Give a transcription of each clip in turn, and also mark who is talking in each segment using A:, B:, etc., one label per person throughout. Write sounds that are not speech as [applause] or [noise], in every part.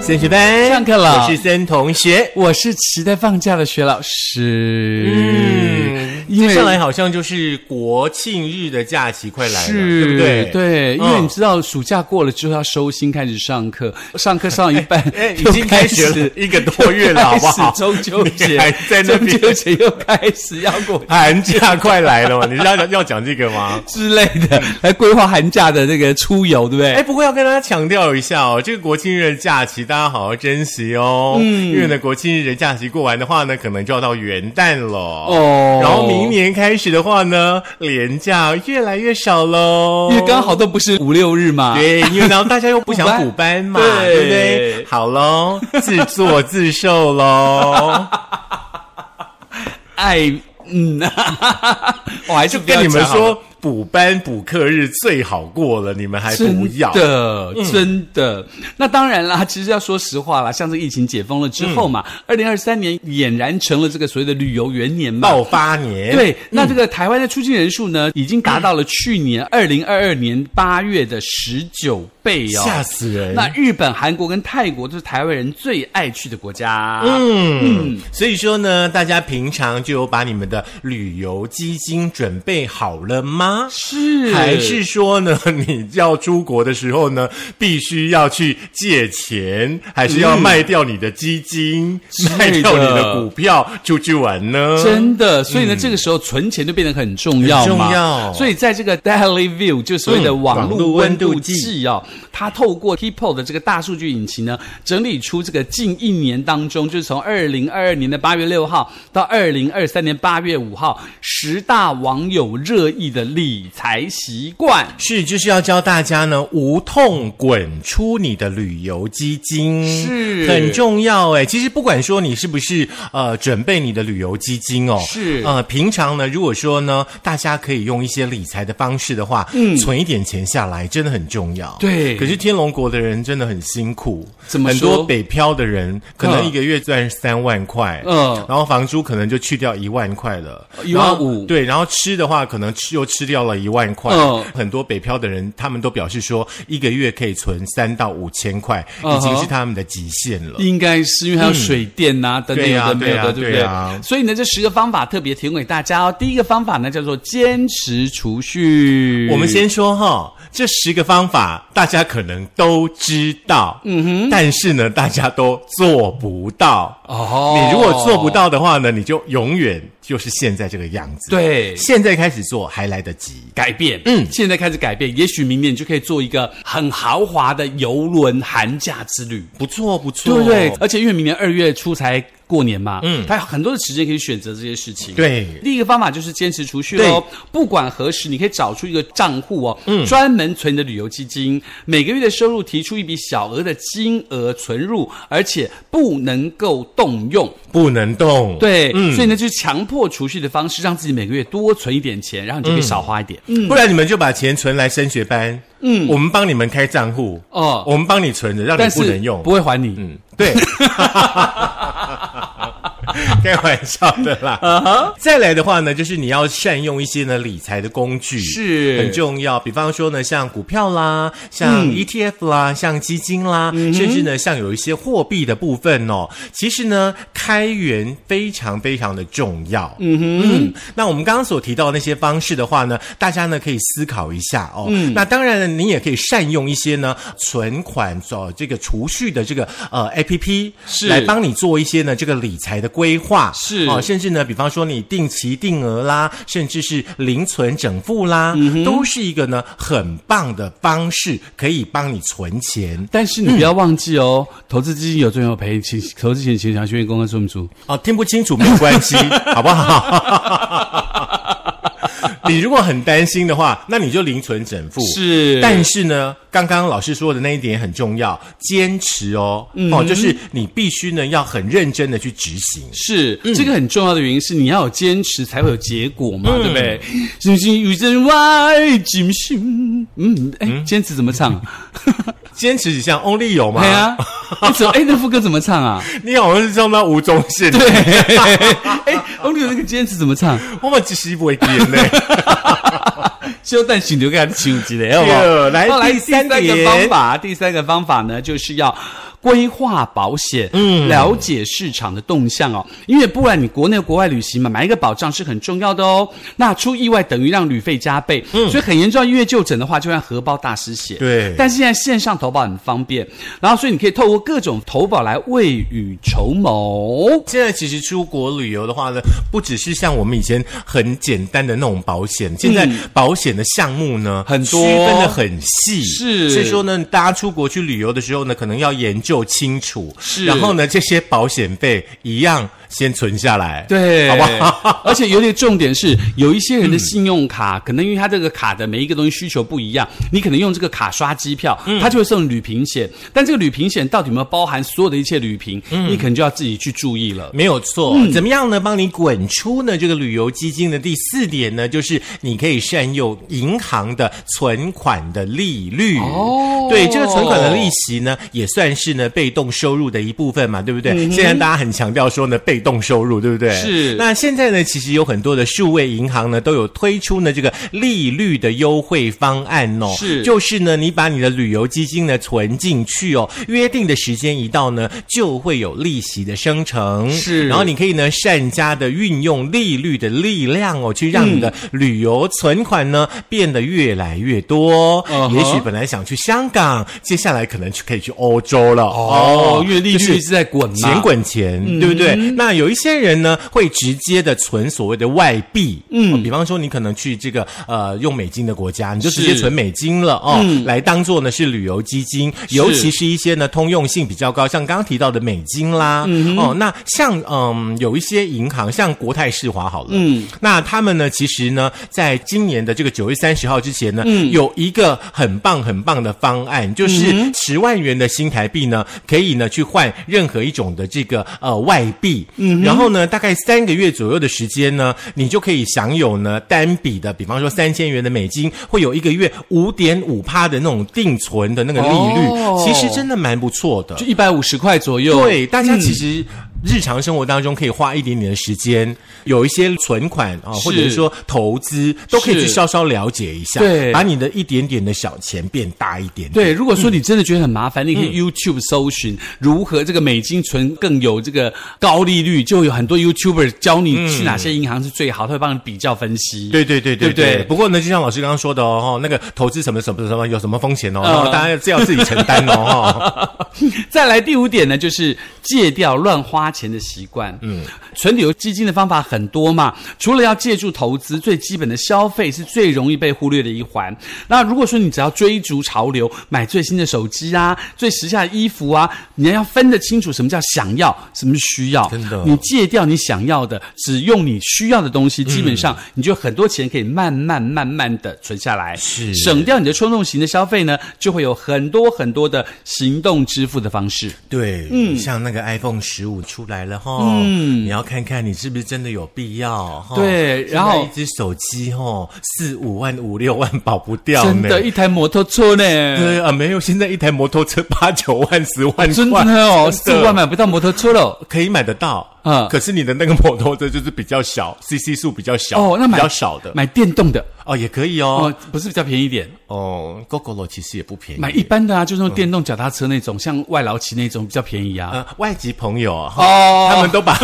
A: 森学班
B: 上课了
A: 我是森同学。
B: 我是期待放假的学老师，
A: 嗯，
B: 因
A: 接
B: 为
A: 下来好像就是国庆日的假期快来了，
B: 是，
A: 对不对？
B: 对，因为
A: 嗯
B: 你知道暑假过了之后要收心，开始上课，上课上一半
A: [laughs] 哎，已
B: 又
A: 经开 [laughs]
B: [laughs]
A: 学了一个多月了，好不好？
B: 开始中秋
A: 你
B: 节
A: 还在那边
B: 中秋节又开始要过
A: 寒假快来 [laughs] 了嘛？你是要要讲这个吗？
B: 之类的，来规划寒假的那个出游，对不
A: 嗯哎，
B: 对？
A: 不过要跟大家强调一下哦，这个国庆日的假期大家好好珍惜哦。嗯，因为呢，国庆日的假期过完的话呢，可能就要到元旦了哦
B: 哦
A: 然后明年开始的话呢，连假越来越少喽，
B: 因为刚好都不是五六日嘛，
A: 对，因为然后大家又不想
B: 补
A: 补班 [laughs] 嘛，
B: 对
A: 对不对？好喽，自作自受 [laughs] 喽，
B: 爱嗯， [laughs] 我还是
A: 就
B: 不要
A: 跟你们
B: 讲好了
A: 说。补班补课日最好过了，你们还不要？嗯
B: 真的，真的。那当然啦，其实要说实话啦，像这个疫情解封了之
A: 嗯
B: 后嘛，二零二三年俨然成了这个所谓的旅游元年嘛。
A: 爆发年，哎嗯
B: 对，那这个台湾的出境人数呢，已经达到了去年二零二二年八月的十九倍哦，
A: 吓死人！
B: 那日本、韩国跟泰国都是台湾人最爱去的国家。
A: 嗯，所以说呢，大家平常就有把你们的旅游基金准备好了吗？
B: 是
A: 还是说呢， [laughs] 你要出国的时候呢，必须要去借钱，还是要卖掉你的基金，
B: 嗯是的
A: 卖掉你的股票出去玩呢？
B: 真的，所以呢，这个时候存钱就变得很重要
A: 嗯
B: 嘛。
A: 很重要
B: 所以在这个 Daily View 就所谓的
A: 嗯
B: 网
A: 网络
B: 络
A: 温
B: 温
A: 度
B: 度
A: 计
B: 计哦，它透过 Hippo 的这个大数据引擎呢，整理出这个近一年当中，就是从二零二二年的八月六号到二零二三年八月五号，十大网友热议的理财习惯。
A: 是，就是要教大家呢，无痛滚出你的旅游基金，
B: 是
A: 很重要哎。其实不管说你是不是呃准备你的旅游基金哦，
B: 是
A: 呃，平常呢，如果说呢，大家可以用一些理财的方式的话，嗯，存一点钱下来真的很重要。
B: 对
A: 可是天龙国的人真的很辛苦，
B: 怎么
A: 很多
B: 说
A: 北漂的人可能
B: 嗯
A: 一个月赚三万块，
B: 嗯
A: 然后房租可能就去掉一万块了，
B: 一万
A: 然后
B: 五
A: 对，然后吃的话可能吃又吃掉了一万块，
B: 嗯
A: 很多北漂的人，他们都表示说，一个月可以存三到五千块，
B: 嗯
A: 已
B: 哼嗯
A: 经是他们的极限了。
B: 应该是因为还有水电呐、等
A: 嗯
B: 等
A: 对
B: 有
A: 呀
B: 的没
A: 对
B: 有的，
A: 呀啊
B: 不
A: 对
B: 对？
A: 呀
B: 所以呢，这十个方法特别提供给大家哦。第一个方法呢叫做坚持储蓄，
A: 我们先说哈，这十个方法大家可能都知道，嗯哼，但是呢，大家都做不到。
B: 哦，
A: 你如果做不，到的话呢，你就永远就是现在这个样子。，
B: 对。
A: 现在开始做还来得及。
B: 改变，
A: 嗯
B: 现在开始改变，也许明年你就可以做一个很豪华的游轮寒假之旅，
A: 不错，不错，
B: 对不对？而且因为明年二月初才过年嘛，
A: 嗯
B: 嗯，他有很多的时间可以选择这些事情。
A: 对
B: 第一个方法就是坚持储蓄喽。不管何时，你可以找出一个账户哦，专门存你的旅游基金，每个月的收入提出一笔小额的金额存入，而且不能够动用。
A: 不能动。
B: 对，
A: 嗯
B: 所以呢，就是强迫储蓄的方式，让自己每个月多存一点钱，然后你就可以少花一点。嗯，
A: 不然你们就把钱存来升学班，嗯，我们帮你们开账户，
B: 哦
A: 我们帮你存着，让你
B: 但是
A: 不能用，
B: 不会还你。
A: 嗯，对，开玩笑的 [laughs] 啦。再来的话呢，就是你要善用一些呢理财的工具，
B: 是
A: 很重要。比方说呢，像股票啦，像 ETF 啦，像基金啦，甚至呢，像有一些货币的部分哦，其实呢，开源非常非常的重要。嗯哼，那我们刚刚所提到的那些方式的话呢，大家呢可以思考一下哦。
B: 嗯
A: 那当然呢，你也可以善用一些呢存款呃这个储蓄的这个呃 A P P
B: 是
A: 来帮你做一些呢这个理财的规划
B: 是
A: 哦，甚至呢，比方说你定期定额啦，甚至是零存整付啦，
B: 嗯
A: 都是一个呢很棒的方式，可以帮你存钱
B: 但是你不要忘记哦，投资基金有赚有赔，请投资前请详询公开说明书。
A: 哦。听不清楚没有关
B: [laughs]
A: 系，好不好？ [laughs] 你如果很担心的话，那你就零存整付
B: 是
A: 但是呢，刚刚老师说的那一点很重要，坚持哦，
B: 嗯
A: 哦，就是你必须呢要很认真的去执行。
B: 是、
A: 嗯
B: 这个很重要的原因是你要有坚持才会有结果
A: 嗯
B: 嘛，对不对？星星雨阵外，金星。嗯，哎，坚持怎么唱？
A: 坚持一项 only 有吗？
B: 对啊，哎，怎么哎那副歌怎么
A: [laughs]
B: 唱啊？
A: 你好像是唱到吴宗宪，
B: 对，哎，我们有那个坚持怎么唱？
A: [laughs] 我们只是不会点呢。
B: 修蛋醒就给他唱一个，好不好？
A: 对来
B: 后来
A: 第
B: 第
A: 三
B: 三个
A: 点
B: 方法，第三个方法呢，就是要。规划保险，嗯，了解市场的动向哦，因为不然你国内国外旅行嘛，买一个保障是很重要的哦。那出意外等于让旅费加倍，嗯，所以很严重，因为就诊的话就让荷包大失血。
A: 对
B: 但现在线上投保很方便，然后所以你可以透过各种投保来未雨绸缪。
A: 现在其实出国旅游的话呢，不只是像我们以前很简单的那种保险，现在保险的项目呢
B: 嗯很多
A: 区分的很细，
B: 是
A: 所以说呢，大家出国去旅游的时候呢，可能要研究清楚，
B: 是
A: 然后呢，这些保险费一样先存下来，
B: [laughs] 对，
A: 好不好？？ [laughs]
B: 而且有点重点是，有一些人的信用卡，可能因为他这个卡的每一个东西需求不一样，你可能用这个卡刷机票，
A: 嗯
B: 他就会送旅平险，但这个旅平险到底有没有包含所有的一切旅平，
A: 嗯
B: 你可能就要自己去注意了。
A: 没有错，
B: 嗯
A: 怎么样呢？帮你滚出呢这个旅游基金的第四点呢，就是你可以善用银行的存款的利率。
B: 哦
A: 对，这个存款的利息呢，也算是呢被动收入的一部分嘛，对不对？现在大家很强调说呢，被动收入，对不对？
B: 嗯是
A: 那现在呢，其实有很多的数位银行呢，都有推出呢这个利率的优惠方案哦。
B: 是
A: 就是呢，你把你的旅游基金呢存进去哦，约定的时间一到呢，就会有利息的生成。
B: 是
A: 然后你可以呢善加的运用利率的力量哦，去让你的
B: 嗯
A: 旅游存款呢、变得越来越多。
B: 嗯哼
A: 也许本来想去香港，接下来可能去可以去欧洲了
B: 哦，因为利率嗯
A: 就是
B: 一直在滚嘛，
A: 钱滚钱，对不对？那有一些人呢，会直接的存所谓的外币，嗯、比方说你可能去这个呃用美金的国家，你就是直接存美金了哦，
B: 嗯
A: 来当做呢是旅游基金，尤其是一些呢通用性比较高，像刚刚提到的美金啦，哦，那像嗯有一些银行，像国泰世华好了，嗯，那他们呢其实呢在今年的这个九月三十号之前呢，有一个很棒很棒的方案，就是十万元的新台币呢，可以呢去换任何一种的这个呃外币，嗯，然后呢，大概三个月左右的时间呢，你就可以享有呢单笔的，比方说三千元的美金，会有一个月五点五趴的那种定存的那个利率，
B: 哦
A: 其实真的蛮不错的
B: 就。一嗯百五十块左右。
A: 对，大家其实日常生活当中可以花一点点的时间，有一些存款啊，或者是说投资，都可以去
B: 是
A: 稍稍了解一下，
B: 对
A: 把你的一点点的小钱变大一点点。
B: 对，如果说你真的觉得很麻烦，你可以
A: 嗯
B: YouTube 搜寻如何这个美金存更有这个高利率，就有很多 YouTuber 教
A: 嗯
B: 你去哪些银行是最好，他会帮你比较分析。
A: 对对对对
B: 对不
A: 对
B: 对
A: 不过呢，就像老师刚刚说的哦，那个投资什么什么什么有什么风险哦，
B: 嗯
A: 然后大家自要自己承担哦。
B: [laughs] 再来第五点呢，就是戒掉乱花钱的习惯。嗯，存旅游基金的方法很多嘛，除了要借助投资，最基本的消费是最容易被忽略的一环。那如果说你只要追逐潮流，买最新的手机啊，最时下的衣服啊，你要分得清楚什么叫想要，什么是需要。
A: 真的
B: 你戒掉你想要的，只用你需要的东
A: 嗯
B: 西，基本上你就很多钱可以慢慢慢慢的存下来，
A: 是
B: 省掉你的冲动型的消费呢，就会有很多很多的行动支付的方式。
A: 对，嗯，像那个 iPhone 十五出来了哈，嗯，你要看看你是不是真的有必要哈。
B: 对然后
A: 现在一只手机哈，四五万五六万保不掉呢，
B: 真的，一台摩托车呢，
A: 对啊，没有，现在一台摩托车八九万、十万块，
B: 真的哦，四
A: 真的
B: 万买不到摩托车了。
A: 可以买得到
B: 嗯
A: 可是你的那个摩托车就是比较小，CC 数比较小，
B: 哦，那买
A: 比较少的
B: 买电动的
A: 哦，也可以哦。
B: 哦，不是比较便宜一点，
A: 哦，GoGoRo 其实也不便宜，
B: 买一般的啊，就是
A: 嗯
B: 那种电动脚踏车那种，像外劳骑那种比较便宜啊。
A: 呃外籍朋友啊
B: 哦
A: 他们都
B: [laughs]
A: 把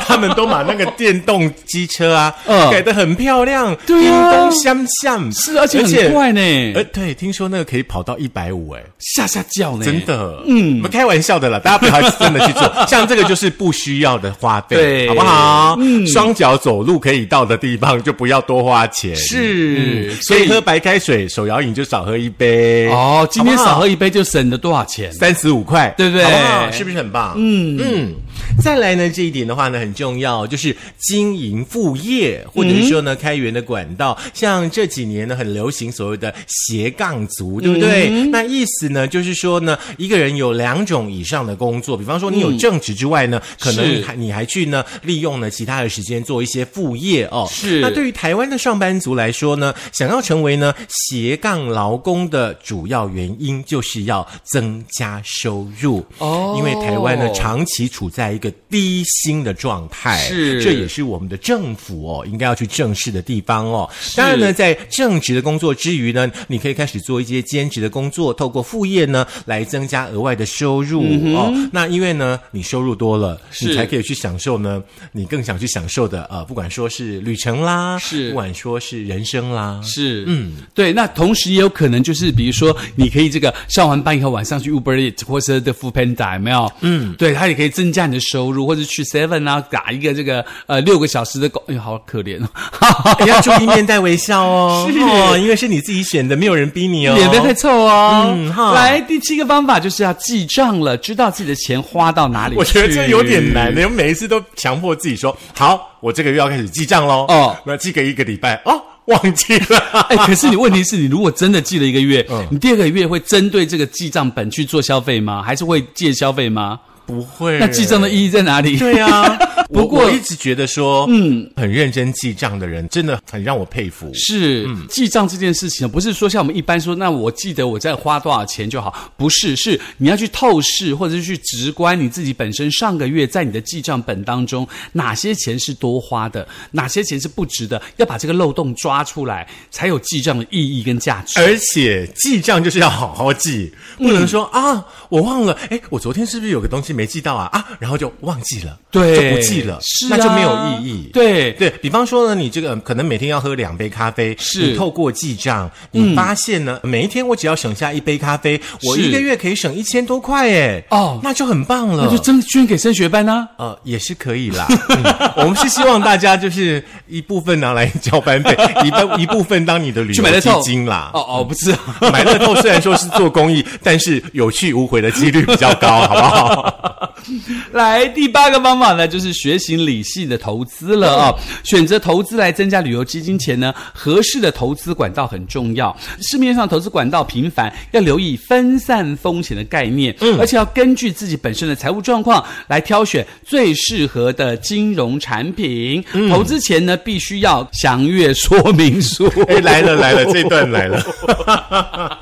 A: 他们都把那个电动机车啊，
B: 嗯
A: 改得很漂亮，
B: 对啊
A: 叮咚香香，
B: 是，啊而且很快呢，
A: 呃，对，听说那个可以跑到一百五，哎，
B: 吓吓叫呢，
A: 真的，嗯，我们开玩笑的啦，大家不要真的去
B: [laughs]
A: 做。像这个就是不需要的花费，
B: 对
A: 好不好？嗯，双脚走路可以到的地方就不要多花钱。，
B: 是，
A: 嗯所以喝白开水，手摇饮就少喝一杯。
B: 哦，今天少喝一杯就省了多少钱？
A: 三十五块，
B: 对不对
A: 好不好？是不是很棒？嗯嗯。再来呢，这一点的话呢很重要，就是经营副业，或者是说呢开源的管道。像这几年呢很流行所谓的斜杠
B: 嗯
A: 族，对不对？那意思呢就是说呢，一个人有两种以上的工作，比方说你有正职之外呢，可能你
B: 嗯是
A: 还你还去呢利用呢其他的时间做一些副业哦。
B: 是
A: 那对于台湾的上班族来说呢，想要成为呢斜杠劳工的主要原因，就是要增加收入
B: 哦
A: 因为台湾呢长期处在一个低薪的状态，
B: 是
A: 这也是我们的政府哦应该要去正视的地方哦。当然呢，在正职的工作之余呢，你可以开始做一些兼职的工作，透过副业呢来增加额外的收入、哦。那因为呢，你收入多了，
B: 嗯是
A: 你才可以去享受呢，你更想去享受的呃，不管说是旅程啦，
B: 是
A: 不管说是人生啦，
B: 是，嗯，对。那同时也有可能就是，比如说，你可以这个上完班以后晚上去 Uber Eat 或是 The Food Panda 有没有？嗯，对，它也可以增加你的收入，或者去 Seven 啊打一个这个呃六个小时的工，哎呦，好可怜哦。 [laughs]
A: 要哎注意面带微笑哦，
B: 是
A: 哦，因为是你自己选的，没有人逼你哦，
B: 脸不要太臭哦。
A: 嗯哈
B: 来，第七个方法就是要记账了，知道自己的钱花到哪里去。
A: 我觉得这有点难，因为每一次都强迫自己说：“好，我这个月要开始记账喽。”
B: 哦
A: 那记个一个礼拜哦，忘记了。
B: [laughs] 哎，可是你问题是你如果真的记了一个月，
A: [laughs] 嗯
B: 你第二个月会针对这个记账本去做消费吗？还是会借消费吗？
A: 不会，
B: 那记账的意义在哪里？
A: 对啊。
B: 不
A: 不
B: 过
A: 过 [laughs] 我一直觉得说，嗯，很认真记账的人真的很让我佩服。
B: 是、记账这件事情，啊不是说像我们一般说，那我记得我在花多少钱就好，不是，是你要去透视或者是去直观你自己本身上个月在你的记账本当中哪些钱是多花的，哪些钱是不值的，要把这个漏洞抓出来，才有记账的意义跟价值。
A: 而且记账就是要好好记，
B: 嗯
A: 不能说、啊，我忘了，哎，我昨天是不是有个东西没记到啊？啊，然后就忘记了，
B: 对，
A: 就不记了，
B: 是、啊、
A: 那就没有意义。
B: 对，
A: 对比方说呢，你这个可能每天要喝两杯咖啡，
B: 是嗯
A: 你透过记账，你发现呢，每一天我只要省下一杯咖啡，我
B: 是
A: 一个月可以省一千多块，哎，
B: 哦
A: 那就很棒了，
B: 那就真的捐给升学班啊。
A: 呃，也是可以啦、嗯我们是希望大家就是一部分拿来交班
B: [laughs]
A: 费，一部一部分当你的旅
B: 去
A: 游
B: 买乐
A: 基
B: 透
A: 金啦。
B: 哦哦，不是、啊。
A: 买乐透虽然说是做公益，但是有去无回的几率比较高，好不好？
B: 来，第八个方法呢，就是学习理性的投资了啊、选择投资来增加旅游基金前呢，合适的投资管道很重要。市面上投资管道频繁，要留意分散风险的概念，
A: 嗯
B: 而且要根据自己本身的财务状况来挑选最适合的金融产品。
A: 嗯
B: 投资前呢，必须要详阅说明书。
A: 哎，来了来了，这段来了。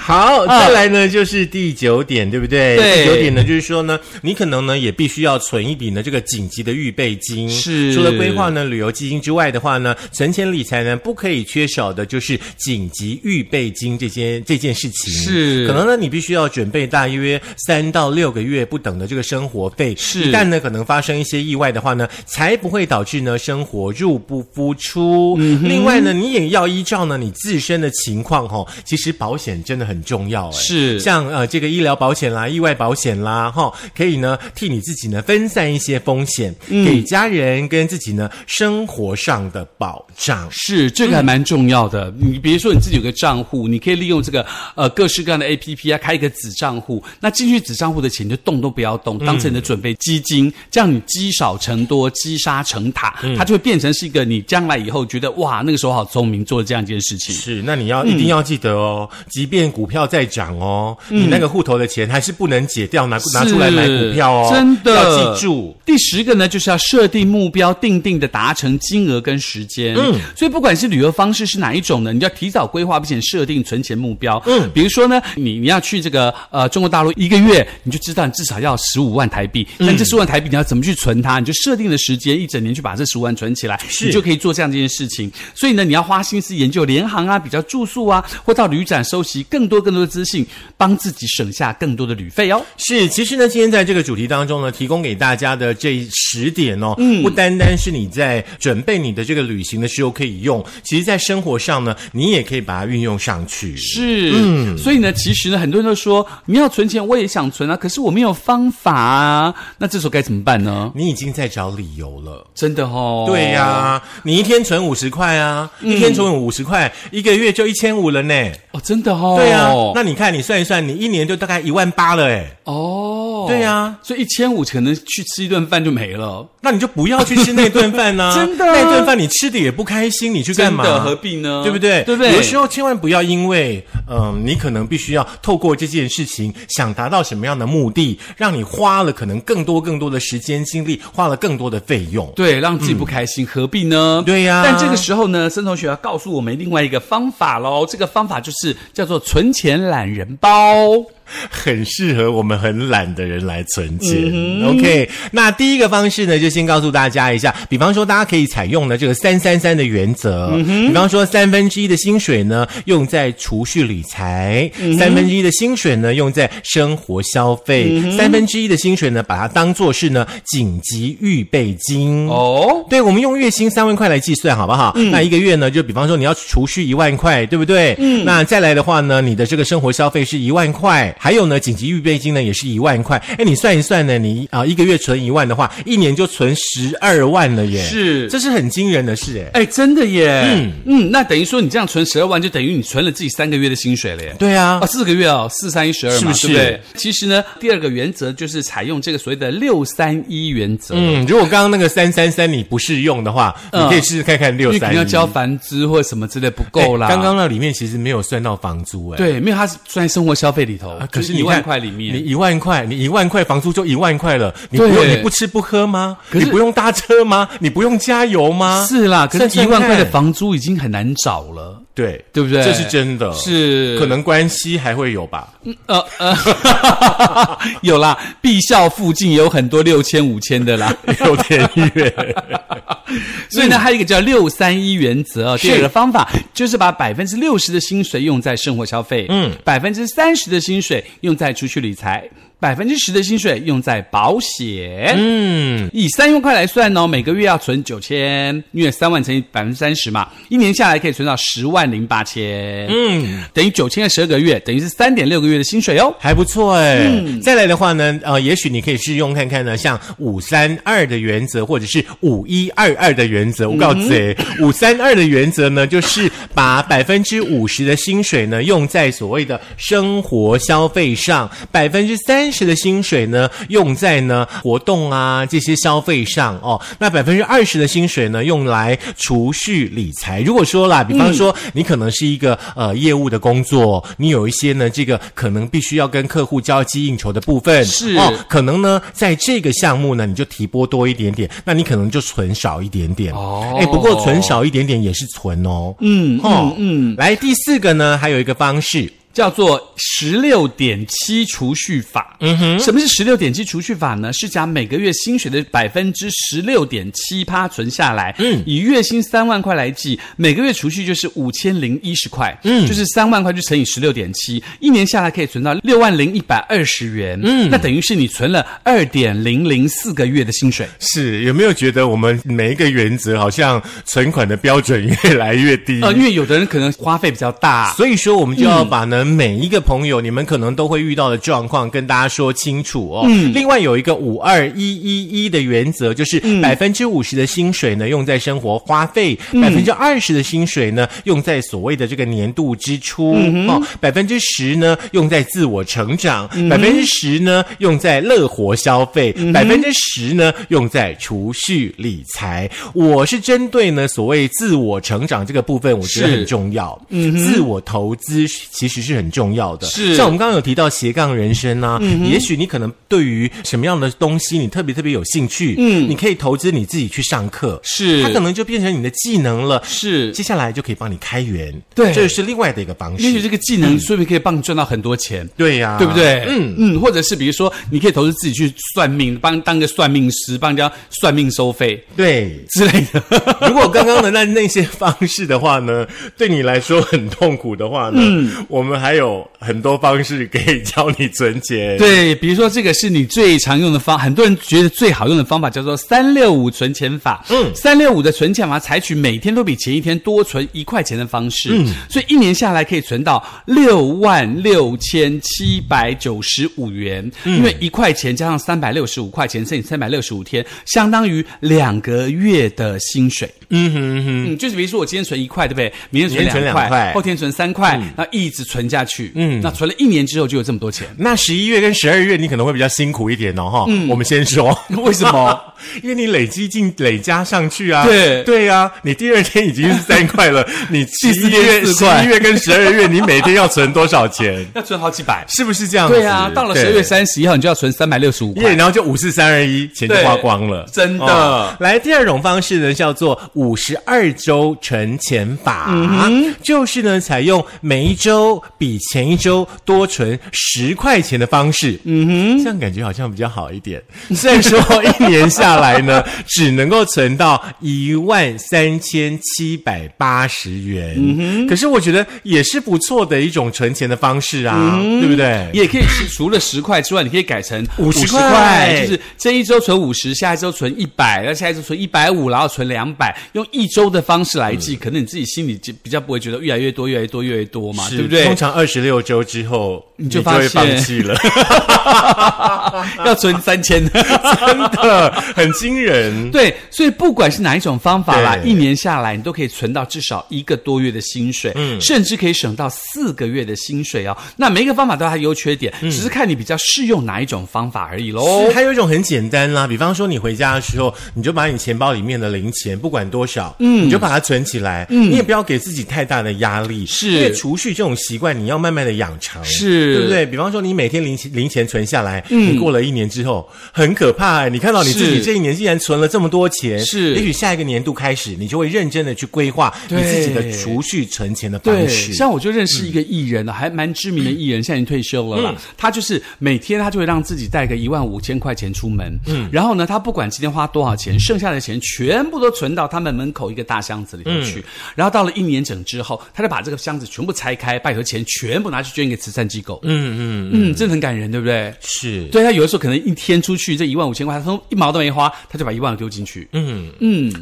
A: 好，再来呢、就是第九点，对不对？第
B: 对
A: 九点呢就是说呢，你可能呢也必须要存一笔呢这个紧急的预备金。
B: 是
A: 除了规划呢旅游基金之外的话呢，存钱理财呢不可以缺少的就是紧急预备金这件这件事情。
B: 是
A: 可能呢你必须要准备大约三到六个月不等的这个生活费。
B: 是
A: 一旦呢可能发生一些意外的话呢，才不会导致呢生活入不敷出。
B: 嗯
A: 另外呢，你也要依照呢你自身的情况哦，其实保险真的很重要哎。
B: [laughs] 是
A: 像呃这个医疗保险啦、意外保险啦，哈、可以呢替你自己呢分散一些风险，
B: 嗯
A: 给家人跟自己呢生活上的保障。
B: 是，这个还蛮重要的。你比如说你自己有个账户，你可以利用这个呃各式各样的 A P P 啊，开一个子账户。那进去子账户的钱就动都不要动，当成你的准备基金，这样你积少成多，积沙成塔，它就会变成是一个你将来以后觉得哇，那个时候好聪明，做了这样一件事情。
A: 是，那你要一定要记得哦，
B: 嗯
A: 即便股票在涨哦，你那个户头的钱还是不能解掉，拿拿出来买股票哦，
B: 真的
A: 要记住。。
B: 第十个呢，就是要设定目标，定定的达成金额跟时间。嗯，所以不管是旅游方式是哪一种呢，你要提早规划，并且设定存钱目标。嗯，比如说呢，你你要去这个呃中国大陆一个月，你就知道你至少要十五万台币。
A: 嗯
B: 那、这十万台币你要怎么去存它？你就设定的时间一整年去把这十五万存起来，
A: 是
B: 你就可以做这样这件事情。所以呢，你要花心思研究联航啊，比较住宿啊，或到旅展收集更多更多的资讯，帮自己省下更多的旅费哦。
A: 是，其实呢，今天在这个主题当中呢，提供给大家的这十点哦，
B: 嗯
A: 不单单是你在准备你的这个旅行的时候可以用，其实在生活上呢，你也可以把它运用上去。
B: 是，所以呢，其实呢，很多人都说你要存钱，我也想存啊，可是我没有方法啊，那这时候该怎么办呢？
A: 你已经在找理由了。
B: 真的哦，嗯
A: 对呀、你一天存五十块啊，一天存五十块，一个月就一千五了呢。
B: 哦，真的哦，
A: 对呀、啊
B: 哦，
A: 那你看你算一算，你一年就大概一万八了，哎，
B: 哦，
A: 对啊
B: 所以一千五可能去吃一顿饭就没了，
A: 那你就不要去吃那顿饭呐、
B: [laughs] 真的啊
A: 那顿饭你吃的也不开心，你去干
B: 真
A: 嘛？
B: 的何必呢？
A: 对不对？
B: 对不对？
A: 有的时候千万不要因为，嗯、你可能必须要透过这件事情，想达到什么样的目的，让你花了可能更多更多的时间精力，花了更多的费用。
B: 对，让自己不开心，何必呢？
A: 对呀
B: 但这个时候呢，森同学要告诉我们另外一个方法喽。这个方法就是叫做存钱懒人包。
A: 很适合我们很懒的人来存钱。OK，那第一个方式呢，就先告诉大家一下，比方说大家可以采用呢这个三三三的原则，比方说三分之一的薪水呢用在储蓄理财，三分之一的薪水呢用在生活消费，三分之一的薪水呢把它当做是呢紧急预备金。
B: 哦，
A: 对，我们用月薪三万块来计算，好不好？
B: 嗯
A: 那一个月呢，就比方说你要储蓄一万块，对不对？嗯。那再来的话呢，你的这个生活消费是一万块，还有呢，紧急预备金呢也是一万块。哎，你算一算呢，你啊、一个月存一万的话，一年就存十二万了耶！
B: 是
A: 这是很惊人的事哎。
B: 哎，真的耶。嗯嗯，那等于说你这样存十二万，就等于你存了自己三个月的薪水了耶。
A: 对啊
B: 啊，，四个月哦，四三一十二嘛，
A: 是不是
B: 对对？其实呢，第二个原则就是采用这个所谓的六三一原则。
A: 嗯，如果刚刚那个三三三你不适用的话，你可以试试看看
B: 因
A: 六
B: 嗯为可
A: 三
B: 能
A: 一。
B: 要交房资或什么之类不够啦。
A: 哎刚刚那里面其实没有算到房租哎。。
B: 对，没有，它是算在生活消费里头，
A: 啊可是
B: 就
A: 你
B: 一
A: 看
B: 万块里面，
A: 你一万块，你一万块房租就一万块了，你不用
B: 对
A: 你不吃不喝吗？
B: 可是
A: 你不用搭车吗？你不用加油吗？
B: 是啦，可是
A: 啊
B: 一
A: 算算
B: 万块的
A: 看
B: 房租已经很难找了， [laughs]
A: 对
B: 对不对？
A: 这是真的，
B: 是
A: 可能关系还会有吧。 [laughs]
B: 呃呃，有啦，碧校附近有很多六千五千的啦，
A: 有点远，
B: 所以呢，还有一个叫六三一原则哦，第二个方法就是把百分之六十的薪水用在生活消费，嗯，百分之三十的薪水用在储蓄理财，百分之十的薪水用在保险，
A: 嗯，
B: 以三万块来算呢、每个月要存九千，因为三万乘以百分之三十嘛，一年下来可以存到十万零八千，嗯，等于九千的十二个月，等于是三点六个月的薪水哦。
A: 还不错哎。
B: 嗯
A: 再来的话呢，呃，也许你可以试用看看呢，像五三二的原则，或者是五一二二的原则。我告
B: 嗯
A: 诉你，五三二的原则呢，就是把百分之五十的薪水呢用在所谓的生活消费上，百分之三十的薪水呢用在呢活动啊这些消费上哦。那百分之二十的薪水呢用来储蓄理财。如果说啦，比方说你可能是一个呃业务的工作，你有一些呢这个可能必须要跟客户交际应酬的部分
B: 是
A: 哦，可能呢在这个项目呢你就提拨多一点点，那你可能就存少一点点
B: 哦
A: 哎，不过存少一点点也是存哦。嗯哦嗯，来第四个呢还有一个方式。
B: 叫做十六点七储蓄法。嗯哼，什么是十六点七储蓄法呢？是将每个月薪水的百分之十六点七趴存下来。嗯，以月薪三万块来计，每个月储蓄就是五千零一十块。嗯，就是三万块就乘以十六点七，一年下来可以存到六万零一百二十元。嗯，那等于是你存了二点零零四个月的薪水。
A: 是有没有觉得我们每一个原则好像存款的标准越来越低？
B: 呃，因为有的人可能花费比较大。
A: 所以说，我们就要把呢、每一个朋友，你们可能都会遇到的状况跟大家说清楚哦。另外有一个五二一一一的原则，就是百分之五十的薪水呢用在生活花费，百分之二十的薪水呢用在所谓的这个年度支出、哦，百分之十呢用在自我成长，百分之十呢用在乐活消费，百分之十呢用在储蓄理财。我是针对呢所谓自我成长这个部分，我觉得
B: 是
A: 很重要。重要。嗯，自我投资其实是很重要的。
B: 是嗯
A: 像我们刚刚有提到斜杠人生啊，也许你可能对于什么样的东西你特别特别有兴趣，嗯，你可以投资你自己去上课，
B: 是
A: 它可能就变成你的技能了。
B: 是
A: 接下来就可以帮你开源，
B: 对
A: 这是另外的一个方
B: 也许
A: 式。
B: 这个技能说不定可以帮你赚到很多钱。
A: 对呀、
B: 对不对？
A: 嗯。
B: 嗯嗯，或者是比如说，你可以投资自己去算命，帮当个算命师，帮人家算命收费
A: 对，
B: 之类的。
A: 如果刚刚的那那些方式的话呢， [laughs] 对你来说很痛苦的话呢，
B: 嗯
A: 我们还有很多方式可以教你存钱。
B: 对，比如说这个是你最常用的方，很多人觉得最好用的方法叫做三六五存钱法。嗯，三六五的存钱法采取每天都比前一天多存一块钱的方式，嗯，所以一年下来可以存到六万六千七百九十五元。因为一块钱加上三百六十五块钱，乘以三百六十五天，相当于两个月的薪水。嗯嗯哼哼，就是比如说我今天存一块，对不对？明天存
A: 明天存
B: 两块，
A: 两块
B: 后天存三块，然后一直存假去，嗯，那存了一年之后就有这么多钱。
A: 那十一月跟十二月你可能会比较辛苦一点哦，哈。我们先说
B: 嗯 [laughs] 为什么？
A: [laughs] 因为你累积进累加上去啊。
B: 对
A: 对啊，你第二天已经是三块
B: [laughs]
A: 了，你第
B: 四天
A: 月、
B: 四
A: 十
B: 块
A: 一月跟十二月，你每天要存多少钱？
B: 要存好几百。
A: 是不是这样子？
B: 对啊，到了十二月
A: 对
B: 三十一号，你就要存三百六十五
A: 耶，
B: 块。
A: 然后就五四三二一，钱就
B: 对
A: 花光了，哦
B: 真的
A: 来，第二种方式呢，叫做五十二周存钱法，
B: 嗯
A: 就是呢，采用每一周比前一周多存十块钱的方式。嗯哼，这样感觉好像比较好一点。虽然说一年下来
B: [laughs]
A: 呢，只能够存到一万三千七百八十元，嗯哼，可是我觉得也是不错的一种存钱的方式啊，
B: 嗯
A: 对不对？
B: 也可以是除了十块之外，你可以改成
A: 50
B: 50
A: 块
B: 就是这一周存五十，下一周存一百，然后下一周存一百五，然后存两百，用一周的方式来
A: 嗯
B: 记，可能你自己心里就比较不会觉得越来越多、越来越多、越来越多嘛，
A: 是
B: 啊对不对
A: 通？常二十六周之后，你
B: 就
A: 会
B: 发现
A: 放弃了， [laughs]
B: 要存三千。
A: 真的很惊人。
B: 对，所以不管是哪一种方法啦，
A: 对
B: 一年下来你都可以存到至少一个多月的薪水，
A: 嗯
B: 甚至可以省到四个月的薪水哦。那每一个方法都有它的优缺点，
A: 嗯
B: 只是看你比较适用哪一种方法而已喽
A: 是。还有一种很简单啦，比方说你回家的时候，你就把你钱包里面的零钱，不管多少，嗯，你就把它存起来，嗯，你也不要给自己太大的压力，
B: 是
A: 因为储蓄这种习惯你要慢慢的养成，
B: 是嗯
A: 对不对？比方说你每天零钱零钱存下来，你过了一年之后，很可怕、欸，你看到你自己
B: 是
A: 这一年竟然存了这么多钱，
B: 是
A: 也许下一个年度开始，你就会认真的去规划你自己的
B: 对
A: 储蓄存钱的方
B: 对，
A: 式，
B: 像我就认识一个艺人呢，还蛮知名的艺人，现在已经退休了啦。他就是每天他就会让自己带个一万五千块钱出门，嗯，然后呢，他不管今天花多少钱，剩下的钱全部都存到他们门口一个大箱子里头去。然后到了一年整之后，他就把这个箱子全部拆开，把里头钱全部拿去捐给慈善机构。
A: 嗯嗯，
B: 嗯，真的很感人，对不对？
A: 是。
B: 对他有的时候可能一天出去这一万五千块，他说一毛都没花，他就把一万丢进去。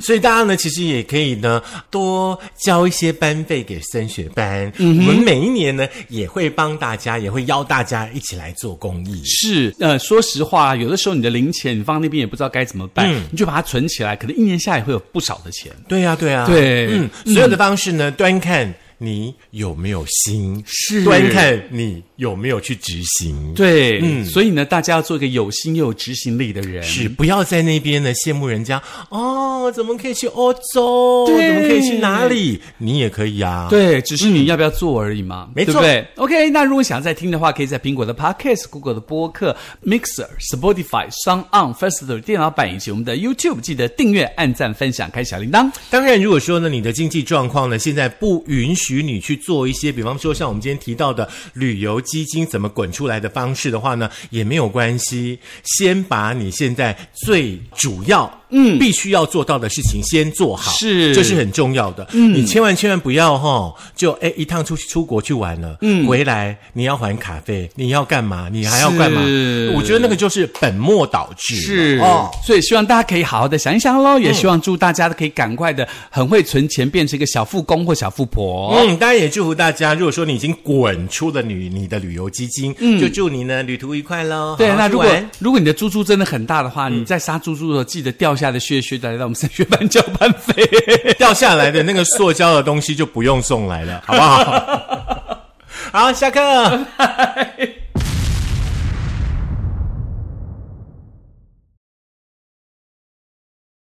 A: 所以大家呢，其实也可以呢，多交一些班费给升学班。
B: 嗯
A: 我们每一年呢，也会帮大家，也会邀大家一起来做公益。
B: 是，呃，说实话，有的时候你的零钱你放那边也不知道该怎么办，
A: 嗯
B: 你就把它存起来，可能一年下来会有不少的钱。
A: 对呀、对呀、
B: 对
A: 嗯，所有的方式呢，端看你有没有心，
B: 是
A: 端看你有没有去执行。
B: 对，所以呢，大家要做一个有心又有执行力的人。
A: 嗯是不要在那边呢羡慕人家哦，怎么可以去欧洲？
B: 对
A: 怎么可以去哪里？你也可以啊。
B: 对，只是你要不要做而已嘛，
A: 没
B: 对
A: 错
B: 不对？OK，那如果想再听的话，可以在苹果的 Podcast、Google 的播客、Mixer、Spotify、s o n On、Firstory 电脑版以及我们的 YouTube，记得订阅、按赞、分享、开小铃铛。
A: 当然，如果说呢，你的经济状况呢，现在不允许你去做一些，比方说像我们今天提到的旅游基金怎么滚出来的方式的话呢，也没有关系，先把你现在最主要。嗯，必须要做到的事情先做好，
B: 是
A: 这是很重要的。嗯，你千万千万不要哈、就哎一趟出去出国去玩了，嗯，回来你要还卡费，你要干嘛？你还要干嘛
B: 是？
A: 我觉得那个就是本末倒置了，
B: 是
A: 哦，嗯
B: 所以希望大家可以好好的想一想喽，也希望祝大家都可以赶快的很会存钱，变成一个小富公或小富婆。
A: 嗯，当然也祝福大家。如果说你已经滚出了旅你的旅游基金，就祝你呢旅途愉快喽。
B: 嗯对，
A: 好好
B: 那
A: 去
B: 如果 [laughs]
A: 玩嗯
B: 如果你的猪猪真的很大的话，你在杀猪猪的时候，记得掉下的血血来到我们升学班交班费。
A: 掉下来的那个塑胶 [laughs] 的东西就不用送来了，好不好？好，下课。
B: 拜拜